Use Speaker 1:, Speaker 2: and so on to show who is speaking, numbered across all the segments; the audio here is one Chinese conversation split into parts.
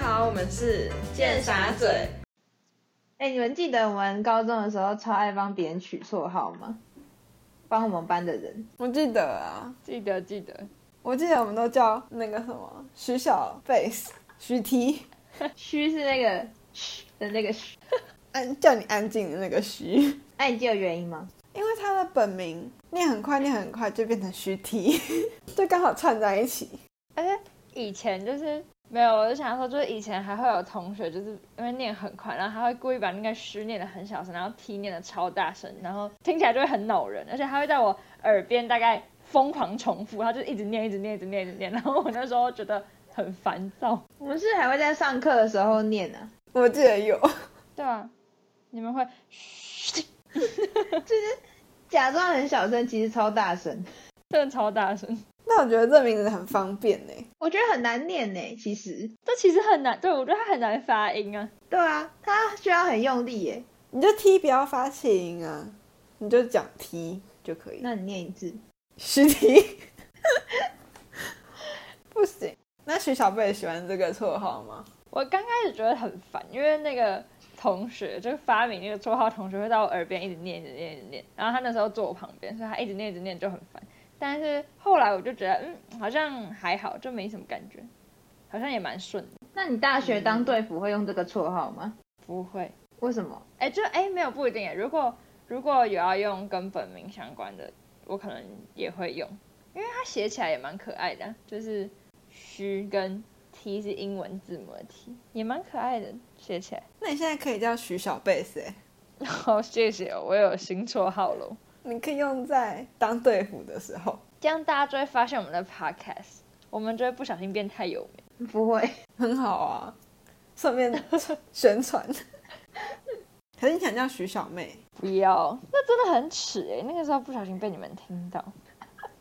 Speaker 1: 好，我们是
Speaker 2: 贱傻嘴。
Speaker 3: 哎、你们记得我们高中的时候超爱帮别人取绰号吗？帮我们班的人，
Speaker 2: 我记得啊，
Speaker 4: 记得记得，
Speaker 2: 我记得我们都叫那个什么徐小贝斯、 徐提，
Speaker 3: 虚是那个嘘的那个嘘。
Speaker 2: 安叫你安静的那个徐。
Speaker 3: 哎、你记得原因吗？
Speaker 2: 因为他的本名念很快，念很快就变成徐提，就刚好串在一起。
Speaker 4: 而且以前就是没有，我就想说，就是以前还会有同学，就是因为念很快，然后他会故意把那个诗念的很小声，然后 T 念的超大声，然后听起来就会很恼人，而且他会在我耳边大概疯狂重复，他就一直念，一直念，一直念，一直念，然后我那时候觉得很烦躁。
Speaker 3: 我们是还会在上课的时候念啊，
Speaker 2: 我记得有，
Speaker 4: 对啊，你们会
Speaker 3: 假装很小声，其实超大声。
Speaker 4: 真的超大声，
Speaker 2: 但我觉得这名字很方便呢、
Speaker 3: 我觉得很难念呢、其实。
Speaker 4: 这其实很难，对我觉得它很难发音啊。
Speaker 3: 对啊，他需要很用力耶。
Speaker 2: 你就 T 不要发气音啊，你就讲 T 就可以。
Speaker 3: 那你念一次，
Speaker 2: 徐提 不行。那徐小贝喜欢这个绰号吗？
Speaker 4: 我刚开始觉得很烦，因为那个同学就是发明那个绰号，同学会在我耳边一直念、一直念、一直念。然后他那时候坐我旁边，所以他一直念、一直念就很烦。但是后来我就觉得，嗯，好像还好，就没什么感觉，好像也蛮顺的。
Speaker 3: 那你大学当队服会用这个绰号吗？
Speaker 4: 不会，
Speaker 3: 为什么？
Speaker 4: 哎，就哎没有不一定耶。如果如果有要用跟本名相关的，我可能也会用，因为它写起来也蛮可爱的啊、就是虚跟 T 是英文字母的 T，也蛮可爱的，写起来。
Speaker 2: 那你现在可以叫徐小贝斯、
Speaker 4: 好，谢谢哦，我有新绰号喽。
Speaker 2: 你可以用在当队服的时候，
Speaker 4: 这样大家就会发现我们的 podcast，我们就会不小心变太有名。
Speaker 3: 不会，
Speaker 2: 很好啊，顺便宣传。 可是你想叫徐小妹，
Speaker 4: 不要，那真的很耻哎、那个时候不小心被你们听到，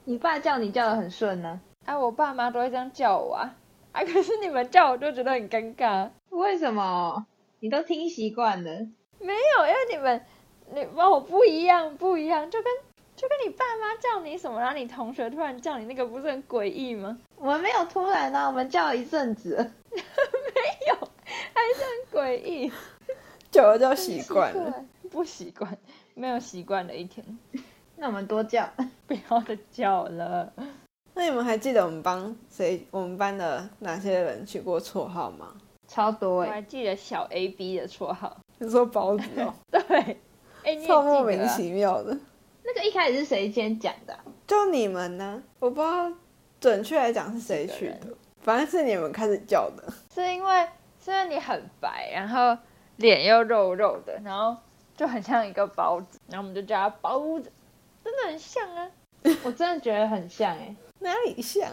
Speaker 3: 你爸叫你叫的很顺呢、
Speaker 4: 哎、我爸妈都会这样叫我啊，啊，可是你们叫我就觉得很尴尬。啊
Speaker 3: 为什么？你都听习惯了。
Speaker 4: 没有，因为你们，你帮我不一样，不一样，就跟就跟你爸妈叫你什么，然后你同学突然叫你那个，不是很诡异吗？
Speaker 3: 我们没有突然啊，我们叫了一阵子了。
Speaker 4: 很诡异，
Speaker 2: 久了就习惯了。
Speaker 4: 对，不习惯，没有习惯的一天，
Speaker 3: 那我们多叫，
Speaker 4: 不要再叫了。
Speaker 2: 那你们还记得我们帮谁，我们班的哪些人取过绰号吗？
Speaker 3: 超多
Speaker 4: 我
Speaker 3: 哎、
Speaker 4: 还记得小 A B 的绰号，
Speaker 2: 你说包子 哦，
Speaker 4: 对，哎、你也记得
Speaker 2: 超
Speaker 4: 啊
Speaker 2: 莫名其妙的。
Speaker 3: 那个一开始是谁先讲的啊、
Speaker 2: 就你们呢？我不知道准确来讲是谁取
Speaker 4: 几
Speaker 2: 的
Speaker 4: 个，
Speaker 2: 反正是你们开始叫的。
Speaker 4: 是因为是因为你很白，然后脸又肉肉的，然后就很像一个包子，然后我们就叫它包子，真的很像啊。
Speaker 3: 我真的觉得很像哎、
Speaker 2: 哪里像？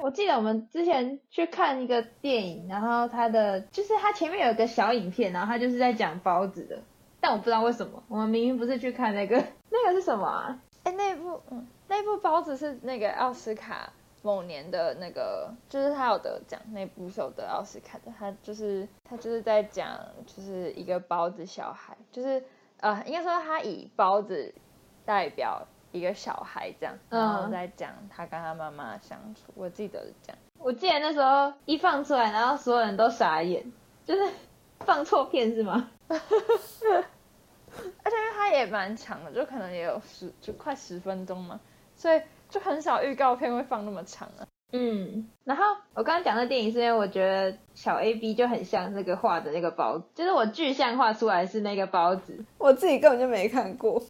Speaker 3: 我记得我们之前去看一个电影，然后它的就是它前面有一个小影片，然后它就是在讲包子的，但我不知道为什么，我们明明不是去看那个， 那个是什么啊？
Speaker 4: 哎，那部嗯，那部包子是那个奥斯卡某年的那个，就是他有得奖，那部是有得奥斯卡的。他就是他就是在讲，就是一个包子小孩，就是呃，应该说他以包子代表一个小孩这样，然后
Speaker 3: 嗯
Speaker 4: 在讲他跟他妈妈的相处。我记得是这样，
Speaker 3: 我记得那时候一放出来，然后所有人都傻眼，就是 放错片是吗？
Speaker 4: 而且因为它也蛮长的，就可能也有十就快十分钟嘛，所以就很少预告片会放那么长啊。
Speaker 3: 嗯， 然后我刚刚讲的电影是因为我觉得小 A B 就很像那个画的那个包子，就是我具象化出来是那个包子，
Speaker 2: 我自己根本就没看过，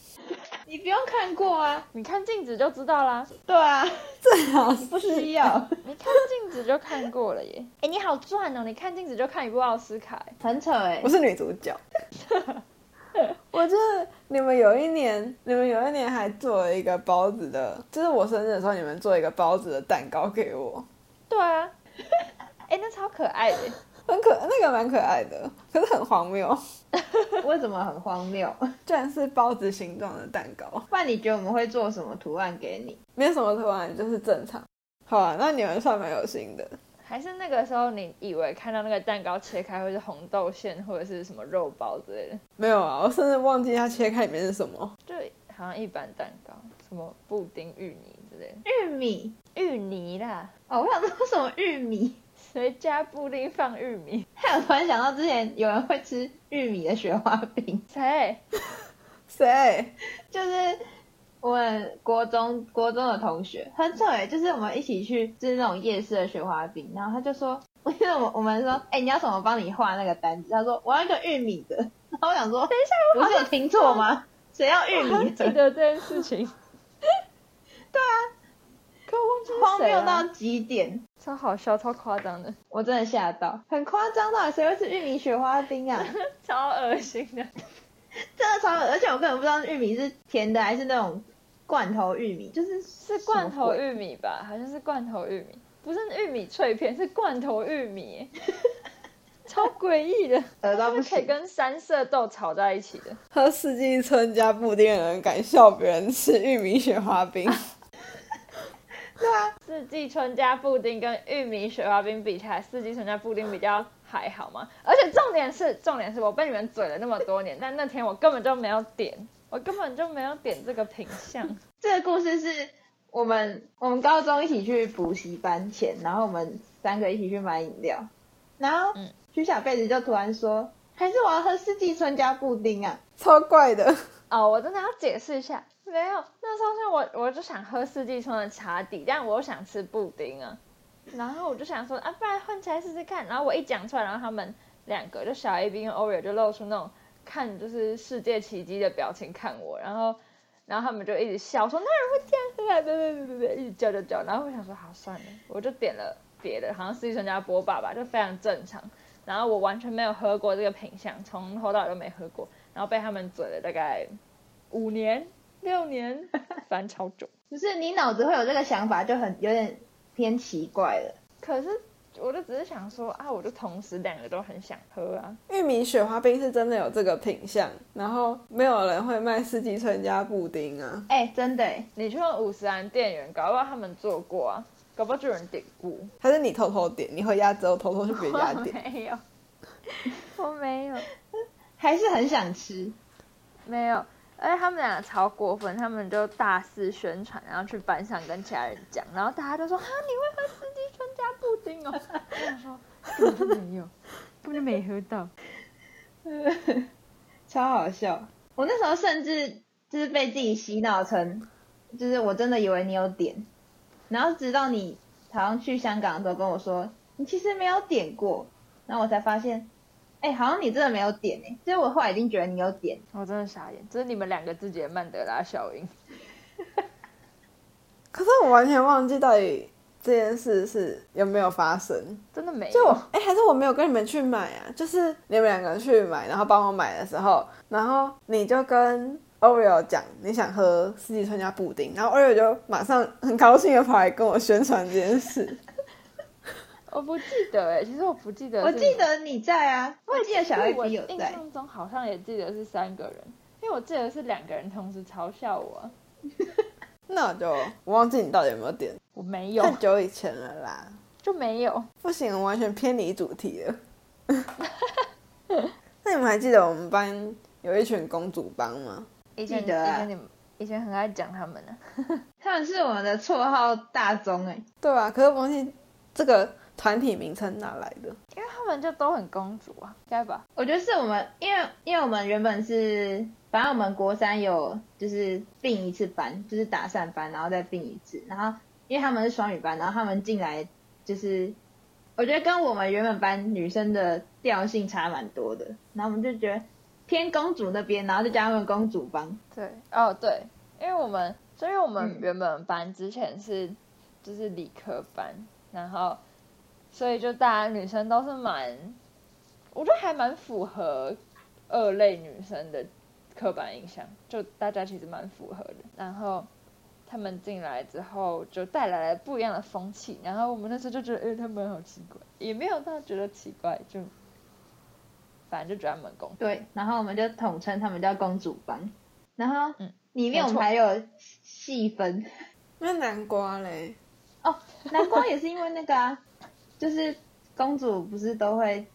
Speaker 3: 你不用看过啊，
Speaker 4: 你看镜子就知道啦。
Speaker 3: 对啊，
Speaker 2: 最好
Speaker 3: 不
Speaker 2: 是
Speaker 3: 需要，
Speaker 4: 你看镜子就看过了耶！ 哎，你好赚哦！你看镜子就看一部奥斯卡耶，
Speaker 3: 很扯哎、
Speaker 2: 我是女主 角。我记得你们有一年，你们有一年还做了一个包子的，就是我生日的时候，你们做一个包子的蛋糕给我，
Speaker 4: 对啊， 哎，那超可爱的耶，
Speaker 2: 很可，那个蛮可爱的，可是很荒谬，
Speaker 3: 为什么很荒谬？
Speaker 2: 居然是包子形状的蛋糕，
Speaker 3: 不然你觉得我们会做什么图案给你？
Speaker 2: 没有什么图案，就是正常。好啊，那你们算蛮有心的。
Speaker 4: 还是那个时候你以为看到那个蛋糕切开会是红豆馅或者是什么肉包之类的，
Speaker 2: 没有啊，我甚至忘记它切开里面是什么。
Speaker 4: 就好像一般蛋糕，什么布丁、芋泥之类的，
Speaker 3: 玉米
Speaker 4: 芋泥啦，
Speaker 3: 哦，我想说什么玉米？
Speaker 4: 谁家布丁放玉米？
Speaker 3: 还有突然想到之前有人会吃玉米的雪花饼，
Speaker 4: 谁？
Speaker 2: 谁？
Speaker 3: 就是我们国中国中的同学，很扯哎，就是我们一起去吃那种夜市的雪花饼，然后他就说，因为我们我们说，哎、你要什么？我帮你画那个单子。他说我要一个玉米的，然后我想说，
Speaker 4: 等一下，
Speaker 3: 不是有听错吗？谁要玉
Speaker 4: 我好
Speaker 3: 米
Speaker 4: 像
Speaker 3: 的
Speaker 4: 记？得这件事 情。对啊，可我忘记是
Speaker 3: 荒
Speaker 4: 谁
Speaker 3: 谬
Speaker 4: 啊了
Speaker 3: 到极点，
Speaker 4: 超好笑，超夸张的，
Speaker 3: 我真的吓到，很夸张，到底谁会吃玉米雪花冰 啊？
Speaker 4: 超恶心的。
Speaker 3: 真的超恶，而且我根本不知道玉米是甜的还是那种罐头玉米，就是
Speaker 4: 是罐头玉米吧？好像是罐头玉米，不是玉米脆片，是罐头玉米，超诡异的，
Speaker 3: 耳到不
Speaker 4: 是可以
Speaker 3: 行。
Speaker 4: 跟三色豆炒在一起的。
Speaker 2: 喝四季春加布丁的人敢笑别人吃玉米雪花冰？
Speaker 4: 四季春加布丁跟玉米雪花冰比起来，四季春加布丁比较还好嘛。而且重点是，重点是我被你们嘴了那么多年，但那天我根本就没有点，我根本就没有点这个品相。
Speaker 3: 这个故事是我们我们高中一起去补习班前，然后我们三个一起去买饮料，然后
Speaker 4: 嗯
Speaker 3: 徐小贝子就突然说，还是我要喝四季春加布丁啊！
Speaker 2: 超怪的，
Speaker 4: 哦，我真的要解释一下，没有，那时候是我我就想喝四季春的茶底，但我又想吃布丁啊，然后我就想说啊，不然换起来试试看。然后我一讲出来，然后他们两个就小 A B 跟 Oreo 就露出那种看就是世界奇迹的表情看我，然后然后他们就一直笑说那人会这样喝啊，对对对对对，一直叫叫叫。然后我想说好算了，我就点了别的，好像四季春加波霸吧，就非常正常。然后我完全没有喝过这个品相，从头到尾都没喝过，然后被他们嘴了大概五年、六年， 反正超久。
Speaker 3: 就是你脑子会有这个想法，就很有点偏奇怪了。
Speaker 4: 可是我就只是想说啊，我就同时两个都很想喝啊，
Speaker 2: 玉米雪花冰是真的有这个品相，然后没有人会卖四季春加布丁啊。
Speaker 3: 哎、真的哎，
Speaker 4: 你去问五十岚店员，搞不好他们做过啊，搞不好就有人点过。
Speaker 2: 还是你偷偷点，你回家之后偷偷去别家
Speaker 4: 我
Speaker 2: 点，
Speaker 4: 没有，我没有，
Speaker 3: 还是很想吃。
Speaker 4: 没有。而且他们两个超过分，他们就大肆宣传，然后去班上跟其他人讲，然后大家就说：“哈，啊你会喝四季春加布丁哦？”我想说根本就没有， 根本就没喝到。
Speaker 3: 超好笑。我那时候甚至就是被自己洗脑成，就是我真的以为你有点，然后直到你好像去香港的时候跟我说，你其实没有点过，然后我才发现，哎、好像你真的没有点哎、就是我后来已经觉得你有点，
Speaker 4: 我真的傻眼，这是你们两个自己的曼德拉效应。
Speaker 2: 可是我完全忘记到底这件事是有没有发生。
Speaker 4: 真的没有。
Speaker 2: 就我哎、还是我没有跟你们去买啊，就是你们两个人去买，然后帮我买的时候，然后你就跟 Oreo 讲你想喝四季春加布丁，然后 Oreo 就马上很高兴的跑来跟我宣传这件事。
Speaker 4: 我不记得哎、其实我不记得是。
Speaker 3: 我记得你在啊，我记得小
Speaker 4: 因为
Speaker 3: A
Speaker 4: 我
Speaker 3: B 有
Speaker 4: 印
Speaker 3: 在，
Speaker 4: 象中好像也记得是三个人，因为我记得是两个人同时嘲笑我啊，
Speaker 2: 那我就我忘记你到底有没有点，
Speaker 4: 我没有
Speaker 2: 太，久以前了啦，
Speaker 4: 就没有。
Speaker 2: 不行，我完全偏离主题了。那你们还记得我们班有一群公主帮吗？
Speaker 4: 以
Speaker 3: 前记得啊
Speaker 4: 以前你们以前很爱讲他们呢、啊
Speaker 3: 他们是我们的绰号大宗哎、
Speaker 2: 对吧、可是我忘记这个团体名称哪来的。
Speaker 4: 因为他们就都很公主啊，应该吧？
Speaker 3: 我觉得是我们，因为因为我们原本是，反正我们国三有就是并一次班，就是打散班，然后再并一次。然后因为他们是双语班，然后他们进来就是，我觉得跟我们原本班女生的调性差蛮多的。然后我们就觉得偏公主那边，然后就叫他们公主帮。
Speaker 4: 对，哦对，因为我们，所以我们
Speaker 3: 嗯
Speaker 4: 原本班之前是、就是理科班，然后所以就大家女生都是蛮，我觉得还蛮符合二类女生的刻板印象，就大家其实蛮符合的。然后他们进来之后，就带来了不一样的风气。然后我们那时候就觉得，哎、他们好奇怪，也没有到觉得奇怪，就反正就觉得他们很公
Speaker 3: 对，然后我们就统称他们叫公主帮。然后
Speaker 4: 嗯
Speaker 3: 里面我们
Speaker 4: 没错
Speaker 3: 还有细分。
Speaker 2: 那南瓜嘞？
Speaker 3: 哦，南瓜也是因为那个啊， 就是公主不是都会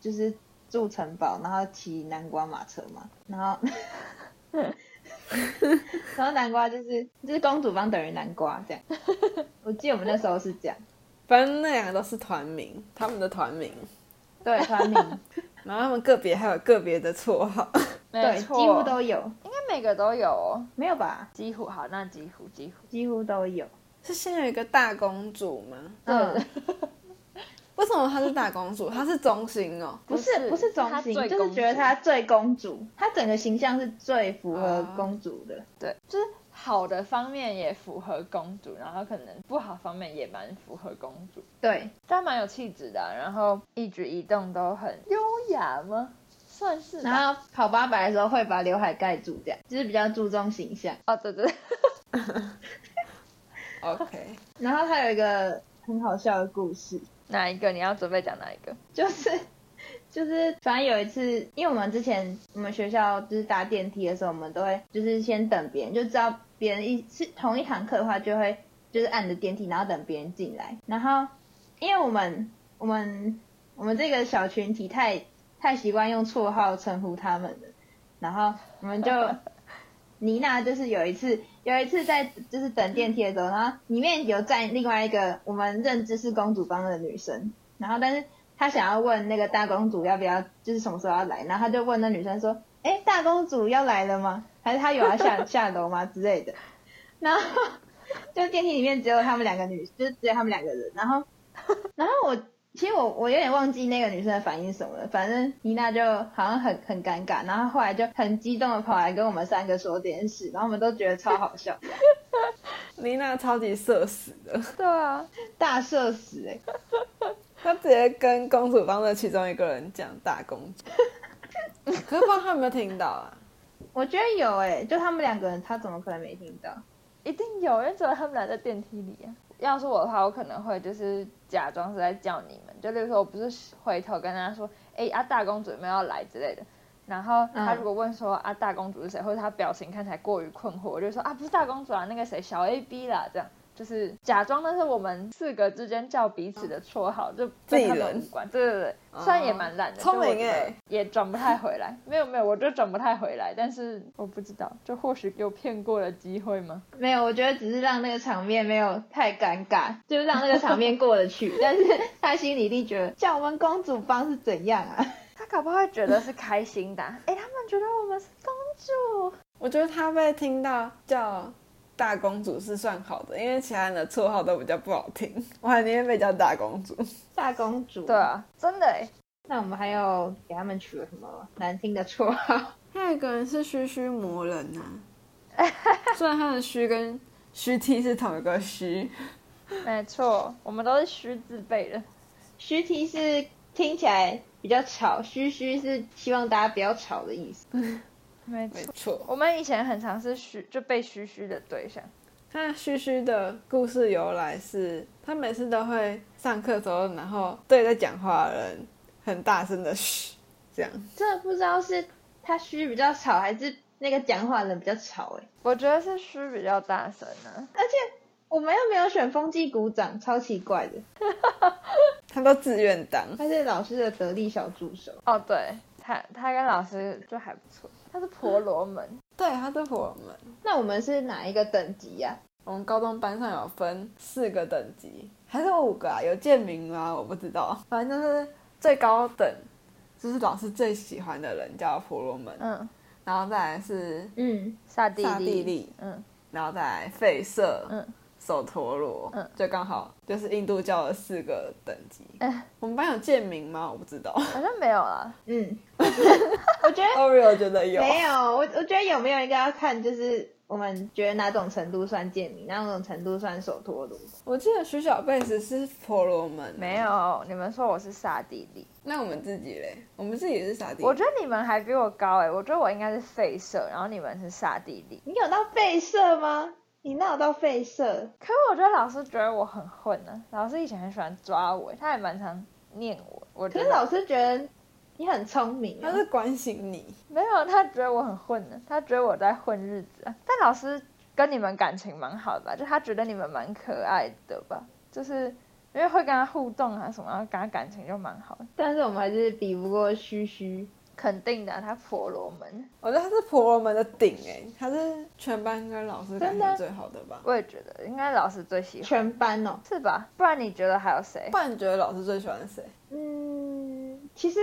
Speaker 3: 就是住城堡，然后骑南瓜马车嘛，然后 然后南瓜就是就是公主帮等于南瓜这样，我记得我们那时候是这样，
Speaker 2: 反正那两个都是团名，他们的团名，
Speaker 3: 对，团名，
Speaker 2: 然后他们个别还有个别的绰号。
Speaker 4: 没
Speaker 3: 对，
Speaker 4: 错，
Speaker 3: 几乎都有，
Speaker 4: 应该每个都有、哦，
Speaker 3: 没有吧？
Speaker 4: 几乎好，那几乎几乎，
Speaker 3: 几乎都有。
Speaker 2: 是先有一个大公主吗？
Speaker 3: 嗯，
Speaker 2: 为什么她是大公主？她是中心哦。
Speaker 3: 不是
Speaker 4: 不
Speaker 3: 不
Speaker 4: 是
Speaker 3: 是中
Speaker 4: 她
Speaker 3: 心，
Speaker 4: 最
Speaker 3: 就
Speaker 4: 公
Speaker 3: 是
Speaker 4: 主
Speaker 3: 觉得她最公主，她整个形象是最符合
Speaker 2: 啊
Speaker 3: 公主的。
Speaker 4: 对，就是好的方面也符合公主，然后可能不好方面也蛮符合公主，
Speaker 3: 对，
Speaker 4: 但蛮有气质的啊、然后一举一动都很优雅吗？算是吧。
Speaker 3: 然后跑八百的时候会把刘海盖住，这样就是比较注重形象。
Speaker 4: 哦，对对，对
Speaker 2: OK，
Speaker 3: 然后她有一个很好笑的故事，
Speaker 4: 哪一个？你要准备讲哪一个？
Speaker 3: 就是就是，反正有一次，因为我们之前我们学校就是搭电梯的时候，我们都会就是先等别人，就知道别人一是同一堂课的话，就会就是按着电梯，然后等别人进来。然后因为我们我们我们这个小群体太太习惯用绰号称呼他们了，然后我们就妮娜就是有一次，有一次在就是等电梯的时候，然后里面有站另外一个我们认知是公主帮的女生，然后但是她想要问那个大公主要不要，就是什么时候要来，然后她就问那女生说，哎，大公主要来了吗？还是她有要下下楼吗之类的？然后就电梯里面只有他们两个女，就是只有他们两个人，然后 然后我。其实我我有点忘记那个女生的反应是什么了，反正妮娜就好像很很尴尬，然后后来就很激动的跑来跟我们三个说这件事，然后我们都觉得超好笑，
Speaker 2: 妮娜超级社死的，
Speaker 4: 对啊，
Speaker 3: 大社死哎、欸，
Speaker 2: 她直接跟公主帮的其中一个人讲大公主。 可是不知道她有没有听到啊？
Speaker 3: 我觉得有哎、就他们两个人，他怎么可能没听到？
Speaker 4: 一定有，因为只有他们俩在电梯里啊。要是我的话，我可能会就是假装是在叫你们，就例如说我不是回头跟他说，哎、啊大公主有没有要来之类的。然后他
Speaker 3: 嗯
Speaker 4: 如果问说、啊大公主是谁，或者他表情看起来过于困惑，我就说啊不是大公主啊，那个谁小 A B 啦，这样就是假装那是我们四个之间叫彼此的绰号，就
Speaker 2: 自己
Speaker 4: 跟他们
Speaker 2: 人
Speaker 4: 无关。对对对，虽然也蛮懒的，
Speaker 2: 聪明
Speaker 4: 哎
Speaker 2: 欸，
Speaker 4: 也转不太回来。没有没有，我就转不太回来，但是我不知道，就或许有骗过的机会吗？
Speaker 3: 没有，我觉得只是让那个场面没有太尴尬，就是让那个场面过得去， 但是他心里一定觉得叫我们公主帮是怎样啊？
Speaker 4: 他搞不好会觉得是开心的、啊，哎、他们觉得我们是公主，
Speaker 2: 我觉得她被听到叫大公主是算好的，因为其他人的绰号都比较不好听， 我还宁愿被叫大公主。
Speaker 3: 大公主，
Speaker 4: 对，啊，真的哎，
Speaker 3: 那我们还有给他们取了什么难听的绰号？
Speaker 2: 还有一个人是须须魔人啊，虽然他的须跟须剃是同一个须，
Speaker 4: 没错，我们都是虚字辈的，
Speaker 3: 虚题是听起来比较吵，虚虚是希望大家不要吵的意思。
Speaker 4: 没
Speaker 2: 没
Speaker 4: 错。
Speaker 2: 错。
Speaker 4: 我们以前很常是虚就被虚虚的对象，
Speaker 2: 他虚虚的故事由来是，他每次都会上课的时候，然后对在讲话的人很大声的嘘，这样。
Speaker 3: 真的不知道是他虚比较吵，还是那个讲话的人比较吵哎、
Speaker 4: 我觉得是虚比较大声啊，
Speaker 3: 我们又没有选风纪鼓掌，超奇怪的。
Speaker 2: 他都自愿当，
Speaker 3: 他是老师的得力小助手，
Speaker 4: 哦对，他他跟老师就还不错，他是婆罗门，
Speaker 2: 对，他是我们。
Speaker 3: 那我们是哪一个等级啊呀、
Speaker 2: 我们高中班上有分四个等级，还是五个啊？有建明吗？我不知道，反正就是最高等，就是老师最喜欢的人叫婆罗门，
Speaker 4: 嗯，
Speaker 2: 然后再来是，
Speaker 3: 嗯，
Speaker 4: 萨蒂
Speaker 2: 刹帝
Speaker 4: 利
Speaker 2: 利，
Speaker 4: 嗯，
Speaker 2: 然后再来吠舍，
Speaker 4: 嗯，
Speaker 2: 首陀罗，
Speaker 4: 嗯
Speaker 2: 就刚好就是印度教的四个等级。
Speaker 4: 哎
Speaker 2: 我们班有建明吗？我不 知道。
Speaker 4: 好像没有啦，
Speaker 3: 嗯，我觉得
Speaker 2: Oreo 觉得 有，
Speaker 3: 没有，我我觉得有没有应该要看，就是我们觉得哪种程度算贱民，哪种程度算手陀螺。
Speaker 2: 我记得徐小贝只是婆罗门，
Speaker 4: 没。有，你们说我是萨蒂利，
Speaker 2: 那我们自己嘞？我们自己是啥地？
Speaker 4: 我觉得你们还比我高哎、我觉得我应该是费舍，然后你们是萨蒂利。
Speaker 3: 你有到废社吗？你哪有到废社？
Speaker 4: 可是我觉得老师觉得我很混呢、老师以前很喜欢抓我，他还蛮常念我。我觉
Speaker 3: 可
Speaker 4: 得
Speaker 3: 是老师觉得你很聪明、
Speaker 2: 他
Speaker 3: 啊，
Speaker 2: 是关心你，
Speaker 4: 没有，他觉得我很混呢、他觉得我在混日子、啊。但老师跟你们感情蛮好的吧，就他觉得你们蛮可爱的吧，就是因为会跟他互动啊什么，然后跟他感情就蛮好的。
Speaker 3: 但是我们还是比不过虚虚。
Speaker 4: 肯定的啊、他婆罗门，
Speaker 2: 哦我觉得他是婆罗门的顶哎、他是全班应该老师
Speaker 3: 真
Speaker 2: 感
Speaker 3: 的
Speaker 2: 情最好的啊吧？
Speaker 4: 我也觉得应该老师最喜欢，
Speaker 3: 全班哦。
Speaker 4: 是吧？不然你觉得还有谁
Speaker 2: 不？然你觉得老师最喜欢谁？
Speaker 3: 嗯，其实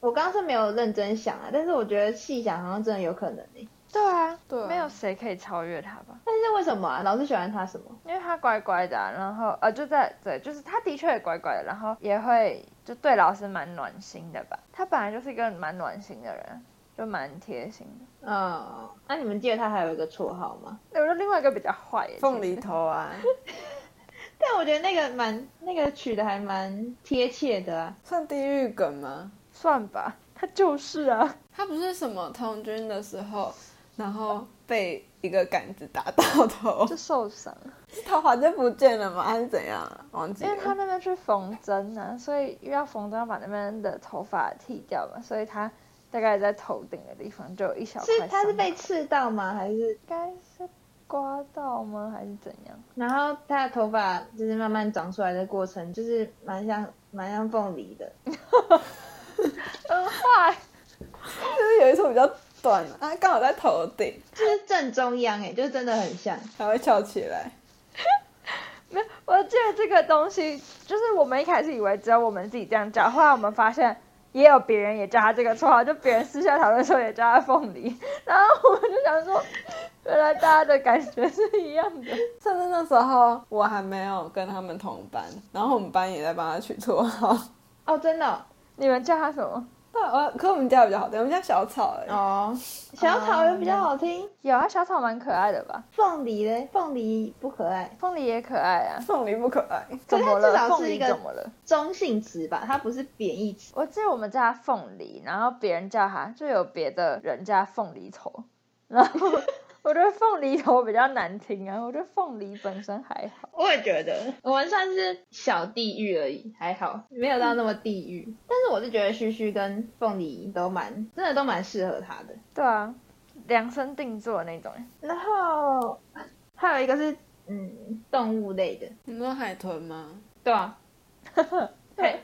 Speaker 3: 我刚刚是没有认真想啊，但是我觉得细想好像真的有可能诶、
Speaker 4: 对啊，
Speaker 2: 对啊
Speaker 4: 没有谁可以超越他吧？
Speaker 3: 但是为什么啊？老师喜欢他什么？
Speaker 4: 因为他乖乖的啊、然后呃就在对，就是他的确也乖乖的，然后也会就对老师蛮暖心的吧。他本来就是一个蛮暖心的人，就蛮贴心的。
Speaker 3: 嗯，那、你们记得他还有一个绰号吗？
Speaker 4: 我觉得另外一个比较坏耶，
Speaker 2: 凤
Speaker 4: 其
Speaker 2: 梨
Speaker 4: 实
Speaker 2: 头啊，
Speaker 3: 但我觉得那个蛮那个取的还蛮贴切的啊。
Speaker 2: 算地狱梗吗？
Speaker 4: 算吧，他就是啊，
Speaker 2: 他不是什么童军的时候，然后被一个杆子打到头
Speaker 4: 就，受伤，
Speaker 2: 是头发就不见了吗？还是怎样啊？忘记
Speaker 4: 因为他
Speaker 2: 了。
Speaker 4: 那边去缝针呢、啊，所以又要缝针要把那边的头发剃掉嘛，所以他大概在头顶的地方就有一小块
Speaker 3: 是
Speaker 4: 伤
Speaker 3: 他是被
Speaker 4: 疤
Speaker 3: 刺到吗？还是
Speaker 4: 应该是刮到吗，还是怎样？
Speaker 3: 然后他的头发就是慢慢长出来的过程，就是蛮像蛮像凤梨 的。
Speaker 4: 嗯，坏。
Speaker 2: 就是有一束比较短的，啊，刚好在头顶，
Speaker 3: 就是正中央哎、就是真的很像。
Speaker 2: 还会翘起来。
Speaker 4: 没有，我记得这个东西，就是我们一开始以为只有我们自己这样叫，后来我们发现也有别人也叫他这个绰号，就别人私下讨论的时候也叫他凤梨，然后我们就想说，原来大家的感觉是一样的。
Speaker 2: 甚至那时候我还没有跟他们同班，然后我们班也在帮他取绰号。
Speaker 3: 哦，真的哦。
Speaker 4: 你们叫他什么？
Speaker 2: 但我可我们家比较好听，我们家小草哎、
Speaker 3: 哦小草也比较好听，
Speaker 4: 有啊，小草蛮可爱的吧？
Speaker 3: 凤梨嘞，凤梨不可爱，
Speaker 4: 凤梨也可爱啊。
Speaker 2: 凤梨不可爱，
Speaker 3: 可
Speaker 4: 怎
Speaker 3: 是它
Speaker 4: 么
Speaker 3: 至
Speaker 4: 了？
Speaker 3: 少
Speaker 4: 凤
Speaker 3: 是一
Speaker 4: 梨
Speaker 3: 个
Speaker 4: 怎么了？
Speaker 3: 中性词吧，它不是贬义词。
Speaker 4: 我记得我们叫他凤梨，然后别人叫他就有别的人叫他凤梨头，然后我觉得凤梨头比较难听啊，我觉得凤梨本身还好。
Speaker 3: 我也觉得，我们算是小地狱而已，还好没有到那么地狱。但是我是觉得旭旭跟凤梨都蛮，真的都蛮适合他的。
Speaker 4: 对啊，量身定做的那种。
Speaker 3: 然后还有一个是嗯动物类的，
Speaker 2: 你说海豚吗？
Speaker 3: 对啊， 海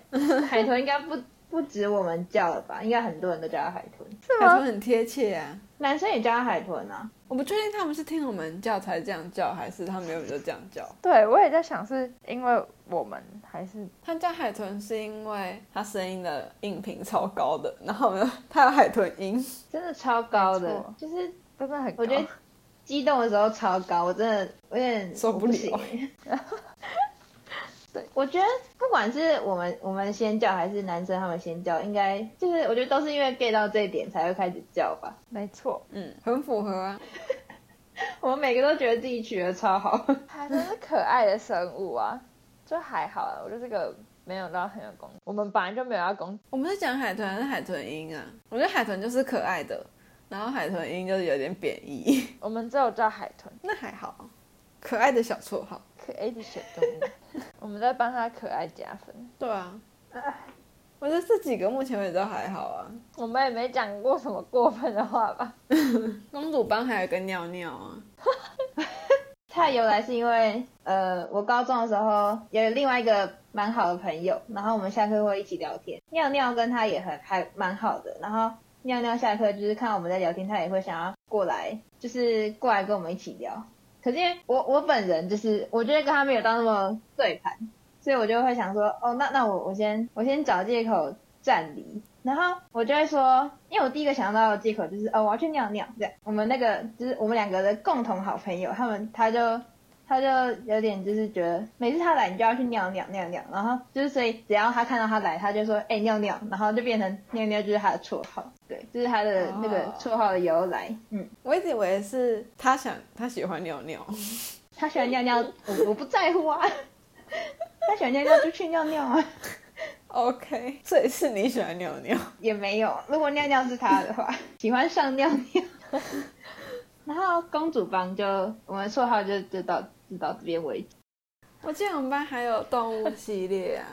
Speaker 3: 海豚应该不不止我们叫了吧，应该很多人都叫它海豚，
Speaker 4: 是
Speaker 2: 海豚
Speaker 4: 吗？
Speaker 2: 很贴切啊。
Speaker 3: 男生也叫它海豚啊。
Speaker 2: 我不确定他们是听我们叫才这样叫，还是他们原本就这样叫。
Speaker 4: 对，我也在想，是因为我们还是
Speaker 2: 他叫海豚是因为他声音的音频超高的，然后呢，他有海豚音。
Speaker 3: 真的超高
Speaker 4: 没
Speaker 3: 的
Speaker 4: 错，
Speaker 3: 就是
Speaker 4: 真的很高
Speaker 3: 我觉得激动的时候超高，我真的有点
Speaker 2: 受不了
Speaker 3: 我行 对，我觉得不管是我们我们先叫还是男生他们先叫，应该就是我觉得都是因为 get 到这一点才会开始叫吧。
Speaker 4: 没错，
Speaker 2: 嗯，很符合啊。
Speaker 3: 我们每个都觉得自己取的超好，
Speaker 4: 海豚是可爱的生物啊，就还好啊。我觉得这个没有到很有攻，我们本来就没有要攻，
Speaker 2: 我们是讲海豚还是海豚音啊？我觉得海豚就是可爱的，然后海豚音就是有点贬义，
Speaker 4: 我们只有叫海豚，
Speaker 2: 那还好，可爱的小绰号。
Speaker 4: 可爱的小动 物，我们在帮它可爱加分。
Speaker 2: 对啊，我觉得这几个目前为止都还好啊。
Speaker 4: 我们也没讲过什么过分的话吧？
Speaker 2: 公主帮还有一个尿尿啊，
Speaker 3: 它的由来是因为，呃，我高中的时候有另外一个蛮好的朋友，然后我们下课会一起聊天，尿尿跟他也很还蛮好的，然后尿尿下课就是看我们在聊天，他也会想要过来，就是过来跟我们一起聊。可是因为我我本人就是，我觉得跟他没有到那么对盘，所以我就会想说，哦，那那我我先我先找借口站离，然后我就会说，因为我第一个想到的借口就是，哦，我要去尿尿，这样。我们那个就是我们两个的共同好朋友，他们他就 他就有点就是觉得每次他来你就要去尿尿尿尿，然后就是所以只要他看到他来，他就说，哎、尿尿，然后就变成尿尿就是他的绰号，对，就是他的那个
Speaker 2: 哦
Speaker 3: 绰号的由来，嗯。
Speaker 2: 我一直以为是他想他喜欢尿尿，
Speaker 3: 他喜欢尿尿，我我不在乎啊。 他喜欢尿尿就去尿尿啊，
Speaker 2: OK，所以是你喜欢尿尿，
Speaker 3: 也没有。如果尿尿是他的话，喜欢上尿尿。 然后公主帮就我们绰号就就到就到这边为止。
Speaker 2: 我记得我们班还有动物系列啊，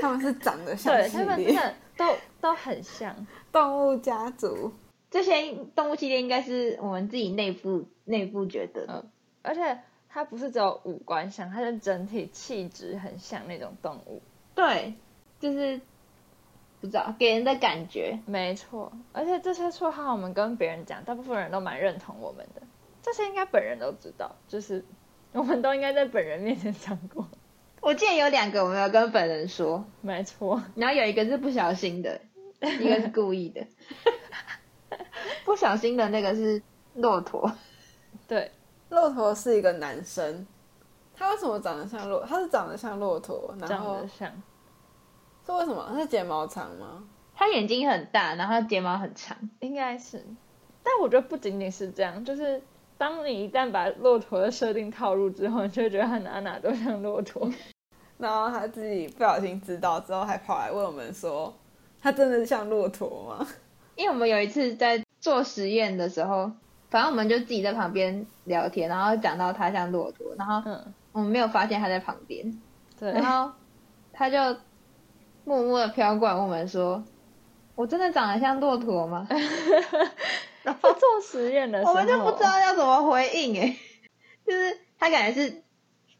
Speaker 2: 他们是长得 像
Speaker 4: 对，
Speaker 2: 系
Speaker 4: 他们真
Speaker 2: 列，
Speaker 4: 的都都很像，
Speaker 2: 动物家族。
Speaker 3: 这些动物系列应该是我们自己内部内部觉得的，
Speaker 4: 而且它不是只有五官像，它是整体气质很像那种动物。
Speaker 3: 对，就是不知道给人的感觉。
Speaker 4: 没错，而且这些绰号我们跟别人讲，大部分人都蛮认同我们的，这些应该本人都知道，就是我们都应该在本人面前讲过。
Speaker 3: 我记得有两个我没有跟本人说，
Speaker 4: 没 错，
Speaker 3: 然后有一个是不小心的，一个是故意的。 不小心的那个是骆驼，
Speaker 4: 对，
Speaker 2: 骆驼是一个男生，他为什么长得像骆？他是长得像骆驼，然
Speaker 4: 长
Speaker 2: 后
Speaker 4: 得
Speaker 3: 哦
Speaker 4: 像，
Speaker 2: 是为什么？他是睫毛长吗？
Speaker 3: 他眼睛很大，然后睫毛很长。
Speaker 4: 应该是。但我觉得不仅仅是这样，就是当你一旦把骆驼的设定套入之后，你就会觉得他哪哪都像骆驼。
Speaker 2: 然后他自己不小心知道之后，还跑来问我们说，他真的像骆驼吗？
Speaker 3: 因为我们有一次在做实验的时候，反正我们就自己在旁边聊天，然后讲到他像骆驼，然后
Speaker 4: 嗯，
Speaker 3: 我们没有发现他在旁边，
Speaker 4: 对，
Speaker 3: 然后他就默默的飘过来问我们说：“我真的长得像骆驼吗？”
Speaker 4: 他做实验的时候，
Speaker 3: 我们就不知道要怎么回应哎，就是他感觉是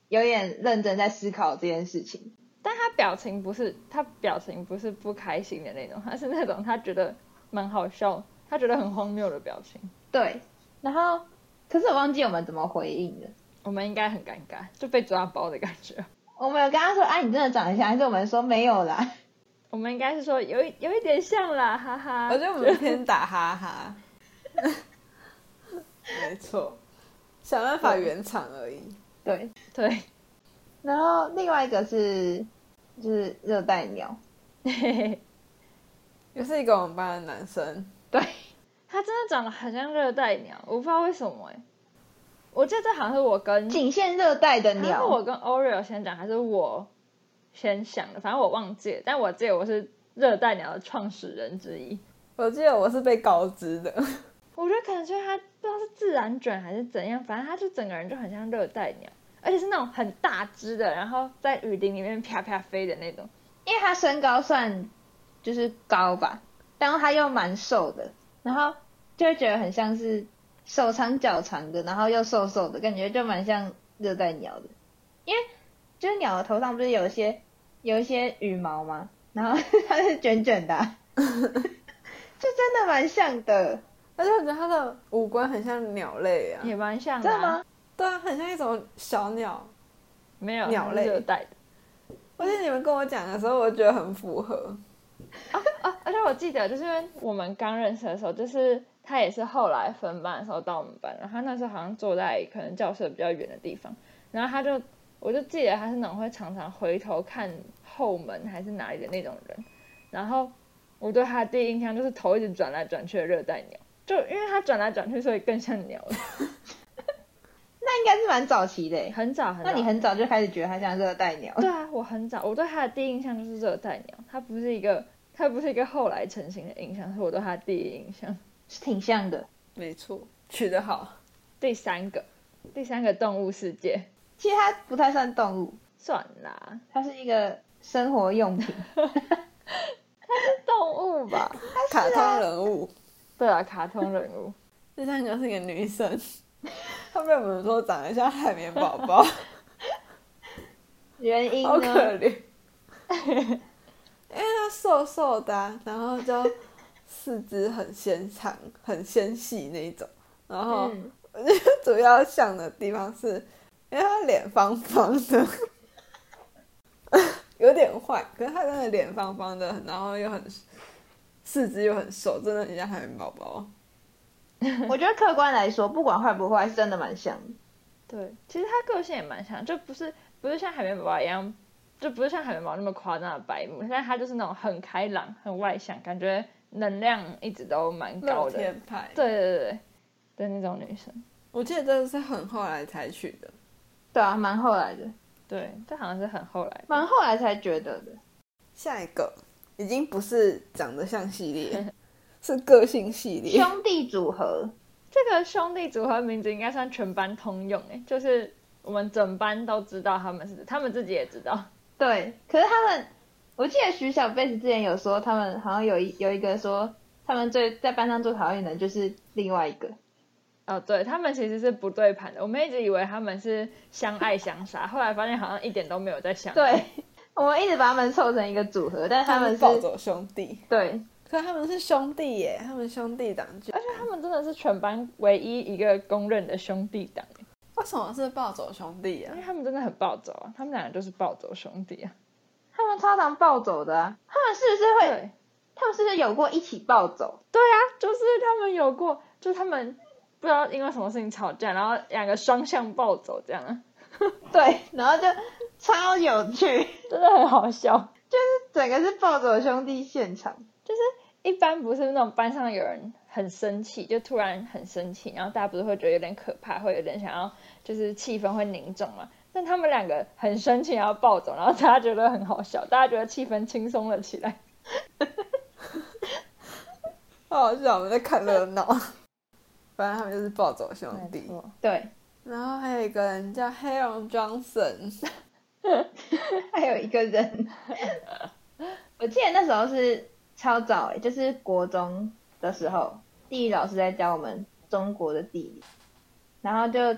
Speaker 3: 有点认真在思考这件事情。
Speaker 4: 但他表情不是，他表情不是不开心的那种，他是那种他觉得蛮好笑，他觉得很荒谬的表情。
Speaker 3: 对，然后可是我忘记我们怎么回应了。
Speaker 4: 我们应该很尴尬，就被抓包的感觉。
Speaker 3: 我们有跟他说：“啊，你真的长得像。”还是我们说没有啦？
Speaker 4: 我们应该是说有一有一点像啦，哈哈。
Speaker 2: 我觉得我们偏打哈哈，没错，想办法圆场而已。
Speaker 3: 对，
Speaker 4: 对，
Speaker 3: 然后另外一个是就是热带鸟，
Speaker 4: 嘿嘿嘿
Speaker 2: 又是一个我们班的男生，
Speaker 3: 对，
Speaker 4: 它真的长得很像热带鸟，我不知道为什么哎、我记得这好像是我跟
Speaker 3: 仅限热带的
Speaker 4: 好像是我
Speaker 3: 鸟。
Speaker 4: 跟 Oreo 先讲，还是我先想的，反正我忘记了，但我记得我是热带鸟的创始人之一。
Speaker 2: 我记得我是被告知的，
Speaker 4: 我觉得可能就是他不知道是自然卷还是怎样，反正他就整个人就很像热带鸟，而且是那种很大只的，然后在雨林里面啪啪飞的那种。
Speaker 3: 因为他身高算就是高吧，但是他又蛮瘦的，然后就会觉得很像是手长脚长的，然后又瘦瘦的，感觉就蛮像热带鸟的。因为就是鸟的头上不是有一些有一些羽毛吗？然后它是卷卷的啊、 就真的蛮像的，
Speaker 2: 而且我觉得他的五官很像鸟类啊，
Speaker 4: 也蛮像
Speaker 3: 嗯
Speaker 4: 的、
Speaker 3: 真
Speaker 4: 啊。
Speaker 3: 的吗？？
Speaker 2: 对啊，很像一种小鸟。
Speaker 4: 没有
Speaker 2: 鸟类
Speaker 4: 它是热带的。
Speaker 2: 我记得你们跟我讲的时候，我觉得很符合。
Speaker 4: 哦，而且我记得，就是因为我们刚认识的时候，就是他也是后来分班的时候到我们班，然后他那时候好像坐在可能教室比较远的地方，然后他就我就记得他是那种会常常回头看后门还是哪里的那种人，然后我对他的第一印象就是头一直转来转去的热带鸟，就因为他转来转去，所以更像鸟了。
Speaker 3: 那应该是蛮早期的欸。
Speaker 4: 很早很
Speaker 3: 那
Speaker 4: 早，
Speaker 3: 你很早就开始觉得它像热带鸟，
Speaker 4: 对啊，我很早，我对他的第一印象就是热带鸟，他不是一个他不是一个后来成型的印象，是我对他的第一印象。
Speaker 3: 是 挺像的。
Speaker 2: 没错，取得好。
Speaker 4: 第三个，第三个动物世界，
Speaker 3: 其实它不太算动物，
Speaker 4: 算啦，
Speaker 3: 它是一个生活用品。
Speaker 4: 动物吧。
Speaker 2: 卡通人物，
Speaker 4: 对啊，卡通人物，
Speaker 2: 第三个是一个女生， 她被我们说长得像海绵宝宝，
Speaker 3: 原因
Speaker 2: 好可
Speaker 3: 呢？
Speaker 2: 怜。 因为她瘦瘦的啊、然后就四肢很纤长、很纤细那一种。然后
Speaker 3: 嗯，
Speaker 2: 主要像的地方是，因为她脸方方的， 有点坏，可是她真的脸方方的，然后又很四肢又很瘦，真的很像海绵宝宝。
Speaker 3: 嗯我觉得客观来说，不管坏不坏，是真的蛮像的。
Speaker 4: 对，其实他个性也蛮像，就不是不是像海绵宝宝一样，就不是像海绵宝宝那么夸张的白目，但他就是那种很开朗、很外向，感觉能量一直都蛮
Speaker 2: 露
Speaker 4: 高的。对
Speaker 2: 天派，
Speaker 4: 对对对的那种女生。
Speaker 2: 我记得这个是很后来才取的，
Speaker 3: 对啊，蛮后来的，
Speaker 4: 对，这好像是很后来的。
Speaker 3: 蛮后来才觉得的。
Speaker 2: 下一个已经不是长得像系 列，是个性系列。
Speaker 3: 兄弟组合，
Speaker 4: 这个兄弟组合名字应该算全班通用诶、欸就是我们整班都知道他们是，他们自己也知道。
Speaker 3: 对，可是他们，我记得徐小贝斯之前有说，他们好像有一有一个说，他们最在班上最讨厌的就是另外一个。
Speaker 4: 哦，对他们其实是不对盘的。我们一直以为他们是相爱相杀，后来发现好像一点都没有在相 爱。
Speaker 3: 对，我们一直把他们凑成一个组合，但是他们
Speaker 2: 暴
Speaker 3: 是
Speaker 2: 走兄弟，
Speaker 3: 对
Speaker 2: 可可他们是兄弟耶，他们兄弟党剧。
Speaker 4: 而且他们真的是全班唯一一个公认的兄弟党，
Speaker 2: 为什么是暴走兄弟啊
Speaker 4: 因为？他们真的很暴走啊，他们两个就是暴走兄弟啊。
Speaker 3: 他们超常暴走的、啊，他们是不是会？
Speaker 4: 对，啊
Speaker 3: 他们是不是有过一起暴走？
Speaker 4: 就是他们有过，就是他们不知道因为什么事情吵架，然后两个双向暴走这样啊，
Speaker 3: 对，然后就超有趣，
Speaker 4: 真的很好笑。
Speaker 3: 整个是暴走兄弟现场。
Speaker 4: 一般不是那种班上有人很生气，就突然很生气，然后大家不是会觉得有点可怕，会有点想要就是气氛会凝重嘛。但他们两个很生气，然后暴走，然后大家觉得很好笑，大家觉得气氛轻松了起来。
Speaker 2: 好好哦笑，我们在看热闹。 反正他们就是暴走兄弟。
Speaker 3: 对，
Speaker 2: 然后还有一个人叫黑龙 Johnson，
Speaker 3: 还有一个人， 我记得那时候是超早、欸，就是国中的时候，地理老师在教我们中国的地理，然后就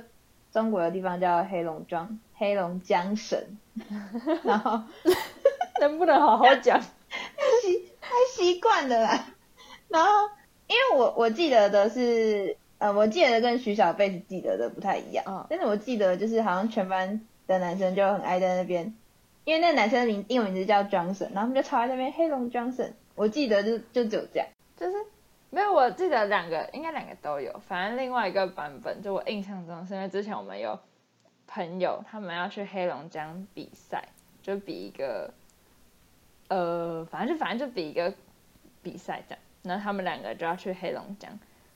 Speaker 3: 中国的地方叫黑龙江，黑龙江省，然后
Speaker 4: 能不能好好讲？
Speaker 3: 习太习惯了啦。 然后，因为我我记得的是，呃，我记得的跟徐小贝是记得的不太一样，
Speaker 4: 嗯
Speaker 3: 但是我记得就是好像全班的男生就很爱在那边，因为那个男生的名英文名字叫 Johnson，然后他们就超爱在那边黑龙 Johnson。我记得就就只有这样，
Speaker 4: 就是没有，我记得两个应该两个都有，反正另外一个版本就我印象中是因为之前我们有朋友他们要去黑龙江比赛，就比一个呃，反正就反正就比一个比赛这样，然后他们两个就要去黑龙江。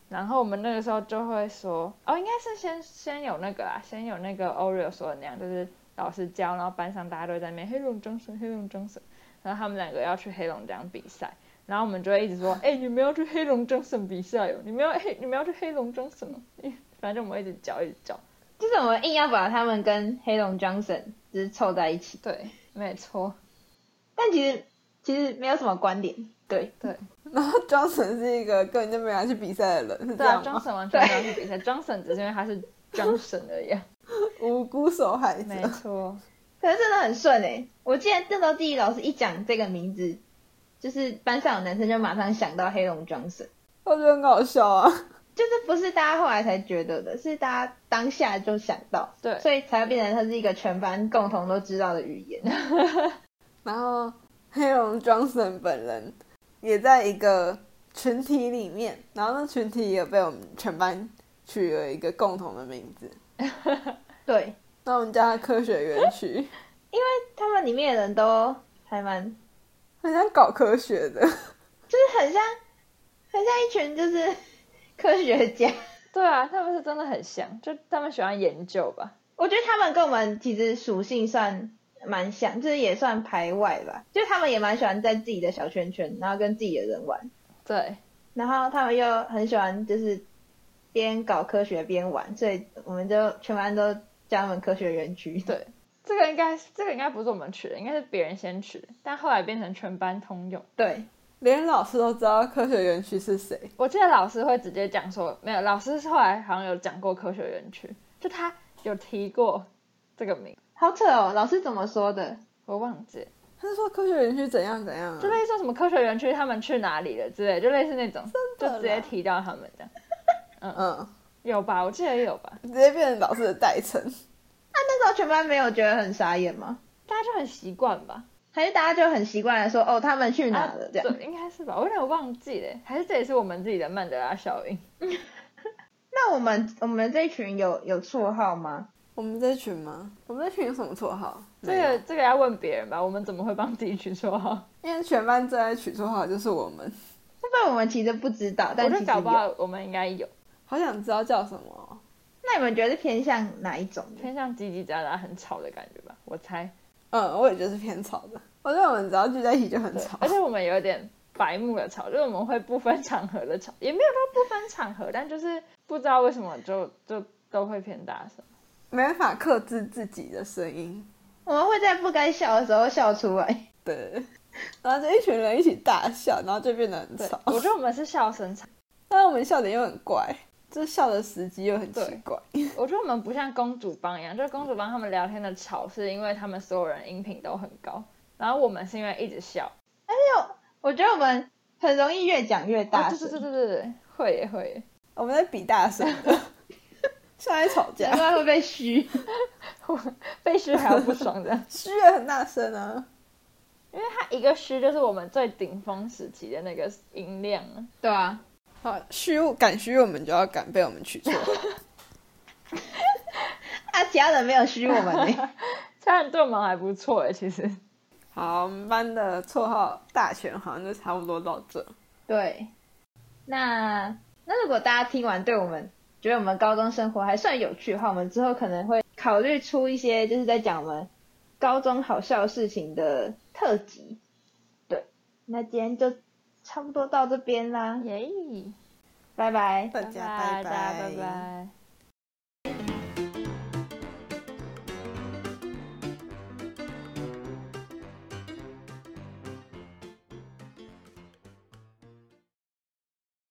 Speaker 4: 然后我们那个时候就会说，哦，应该是先先有那个啦，先有那个 Oreo 说的那样，就是老师教，然后班上大家都会在那边黑龙江省，黑龙江省，然后他们两个要去黑龙江比赛，然后我们就会一直说，哎、你们要去黑龙江省比赛哦，你们要黑，你们要去黑龙江省哦，反正我们一直叫，一直叫，
Speaker 3: 就是我们硬要把他们跟黑龙 Johnson 就是凑在一起，
Speaker 4: 对，没错，
Speaker 3: 但其实其实没有什么关联。对，
Speaker 4: 对，
Speaker 2: 然后 Johnson 是一个根本就没有要去比赛的人，是这
Speaker 4: 对啊
Speaker 2: 样吗？
Speaker 4: ，Johnson 完全没有去比赛，Johnson 只是因为他是 Johnson 而 已啊，
Speaker 2: 无辜受害者。
Speaker 4: 没错，
Speaker 3: 可是真的很顺哎、我记得那时候地理老师一讲这个名字，就是班上有男生就马上想到黑龙 Johnson。
Speaker 2: 我觉得很搞笑啊！
Speaker 3: 就是不是大家后来才觉得的，是大家当下就想到，
Speaker 4: 对
Speaker 3: 所以才会变成它是一个全班共同都知道的语言。
Speaker 2: 然后 黑龙 Johnson 本人也在一个群体里面，然后那群体也被我们全班取了一个共同的名字，
Speaker 3: 对，
Speaker 2: 那我们叫它科学园区，
Speaker 3: 他们里面的人都还蛮，
Speaker 2: 很像搞科学的。
Speaker 3: 就是很像，很像一群就是科学家。
Speaker 4: 对啊，他们是真的很像，就他们喜欢研究吧，
Speaker 3: 我觉得他们跟我们其实属性算蛮像，就是也算排外吧，就是他们也蛮喜欢在自己的小圈圈，然后跟自己的人玩，
Speaker 4: 对，
Speaker 3: 然后他们又很喜欢就是边搞科学边玩，所以我们就全班都叫他们科学园区。对
Speaker 4: 这个应该这个应该不是我们取的，应该是别人先取的，但后来变成全班通用。
Speaker 3: 对，
Speaker 2: 连老师都知道科学园区是谁，
Speaker 4: 我记得老师会直接讲说，没有，老师是后来好像有讲过科学园区，就他有提过这个名，
Speaker 3: 好扯哦，老师怎么说的？
Speaker 4: 我忘记了，
Speaker 2: 他是说科学园区怎样怎样、啊
Speaker 4: 就，类似说什么科学园区他们去哪里了之类，就类似那种，就
Speaker 2: 的啦
Speaker 4: 直接提到他们这样，
Speaker 2: 嗯，
Speaker 4: 有吧？我记得有吧？
Speaker 2: 直接变成老师的代称。
Speaker 3: 那时候全班没有觉得很傻眼吗？
Speaker 4: 大家就很习惯吧？
Speaker 3: 还是大家就很习惯的说哦，他们去哪
Speaker 4: 啊
Speaker 3: 了、，这样？
Speaker 4: 对，应该是吧？我有点忘记了，还是这也是我们自己的曼德拉效应？
Speaker 3: 那我们我们这一群有有绰号吗？
Speaker 2: 我们这群吗？我们这群有什么绰号？
Speaker 4: 这
Speaker 2: 没有
Speaker 4: 个这个要问别人吧，我们怎么会帮自己取绰 号？
Speaker 2: 因为全班最爱取绰号就是我们，
Speaker 3: 会不会我们其实不知道？
Speaker 4: 我
Speaker 3: 但其
Speaker 4: 就
Speaker 3: 实
Speaker 4: 搞不
Speaker 3: 有。
Speaker 4: 好我们应该有
Speaker 2: 好想知道叫什么哦。
Speaker 3: 那你们觉得是偏向哪一种呢？
Speaker 4: 偏向叽叽喳喳、很吵的感觉吧？我猜。
Speaker 2: 嗯，我也觉得是偏吵的。我觉得我们只要聚在一起就很
Speaker 4: 对
Speaker 2: 吵，
Speaker 4: 而且我们有点白目的吵，就是我们会不分场合的吵，也没有到不分场合，但就是不知道为什么就就都会偏大声。
Speaker 2: 没办法克制自己的声音。
Speaker 3: 我们会在不该笑的时候笑出来。
Speaker 2: 对，然后就一群人一起大笑，然后就变得很
Speaker 4: 对
Speaker 2: 吵，。
Speaker 4: 我觉得我们是笑声吵，
Speaker 2: 但是我们笑点又很怪，就是笑的时机又很奇
Speaker 4: 对
Speaker 2: 怪。
Speaker 4: 我觉得我们不像公主帮一样，就是公主帮他们聊天的吵，是因为他们所有人音频都很高，然后我们是因为一直笑，
Speaker 3: 我觉得我们很容易越讲越大
Speaker 4: 啊，对
Speaker 3: 声
Speaker 4: 对，对对对对，会耶会耶，
Speaker 2: 我们在比大声， 像在吵
Speaker 3: 难
Speaker 2: 架，
Speaker 3: 怪会被虚。
Speaker 4: 被诗还要不爽的，
Speaker 2: 虚也很大声啊。
Speaker 4: 因为它一个诗就是我们最顶峰时期的那个音量啊。
Speaker 3: 对啊，
Speaker 2: 好，虚物敢虚，我们就要敢被我们取 错。
Speaker 3: 啊， 其他人没有虚我们呢。
Speaker 4: 家人对我们还不错哎，其实
Speaker 2: 好，我们班的绰号大全好像就差不多到这。
Speaker 3: 对，那那如果大家听完对我们觉得我们高中生活还算有趣的话，我们之后可能会考虑出一些就是在讲我们高中好笑的事情的特辑。对，那今天就差不多到这边啦，
Speaker 4: 耶，
Speaker 3: 拜拜。
Speaker 2: 大家拜
Speaker 4: 大家拜拜。